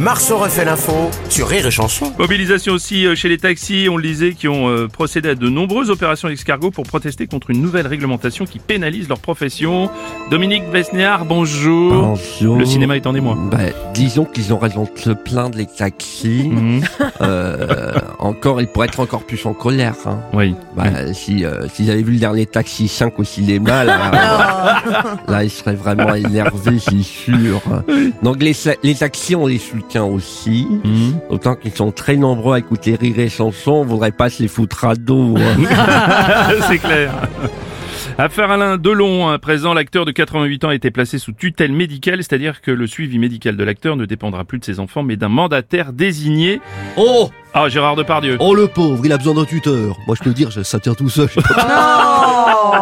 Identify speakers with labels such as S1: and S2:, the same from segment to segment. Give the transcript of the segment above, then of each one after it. S1: Marceau refait l'info sur Rire et Chanson.
S2: Mobilisation aussi euh, chez les taxis, on le disait, qui ont euh, procédé à de nombreuses opérations d'escargot pour protester contre une nouvelle réglementation qui pénalise leur profession. Dominique Besnéard, bonjour.
S3: Bonjour.
S2: Le cinéma est en émoi.
S3: Bah, disons qu'ils ont raison de se plaindre les taxis.
S2: Mhm.
S3: Euh, encore, ils pourraient être encore plus en colère. hein.
S2: Oui.
S3: Bah, si euh, s'ils avaient vu le dernier taxi 5 au cinéma, là, euh, là, ils seraient vraiment énervés, c'est sûr. Donc les, sa- les taxis, on les soutient aussi.
S2: Mhm.
S3: Autant qu'ils sont très nombreux à écouter rire et chanson, on voudrait pas se les foutre à dos. hein.
S2: C'est clair. Affaire Alain Delon, à présent, l'acteur de 88 ans a été placé sous tutelle médicale, c'est-à-dire que le suivi médical de l'acteur ne dépendra plus de ses enfants, mais d'un mandataire désigné.
S4: Oh
S2: Ah, Gérard Depardieu.
S4: Oh le pauvre, il a besoin d'un tuteur. Moi je peux le dire, ça tient tout seul.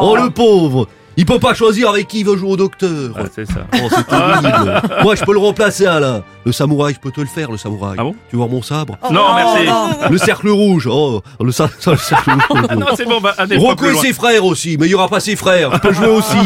S4: oh le pauvre Il peut pas choisir avec qui il veut jouer au docteur.
S2: Ah, c'est ça.
S4: Oh, c'est
S2: Ah.
S4: terrible. Moi je peux le remplacer Alain. Le samouraï, je peux te le faire le samouraï.
S2: Ah bon
S4: tu vois mon sabre
S2: non, merci.
S4: Le cercle rouge. Oh, le, sa- ça, le cercle rouge.
S2: Ah non, c'est bon, bah, un des pas
S4: Rocco
S2: plus
S4: et
S2: loin.
S4: ses frères aussi, mais il y aura pas ses frères. Je peux jouer aussi.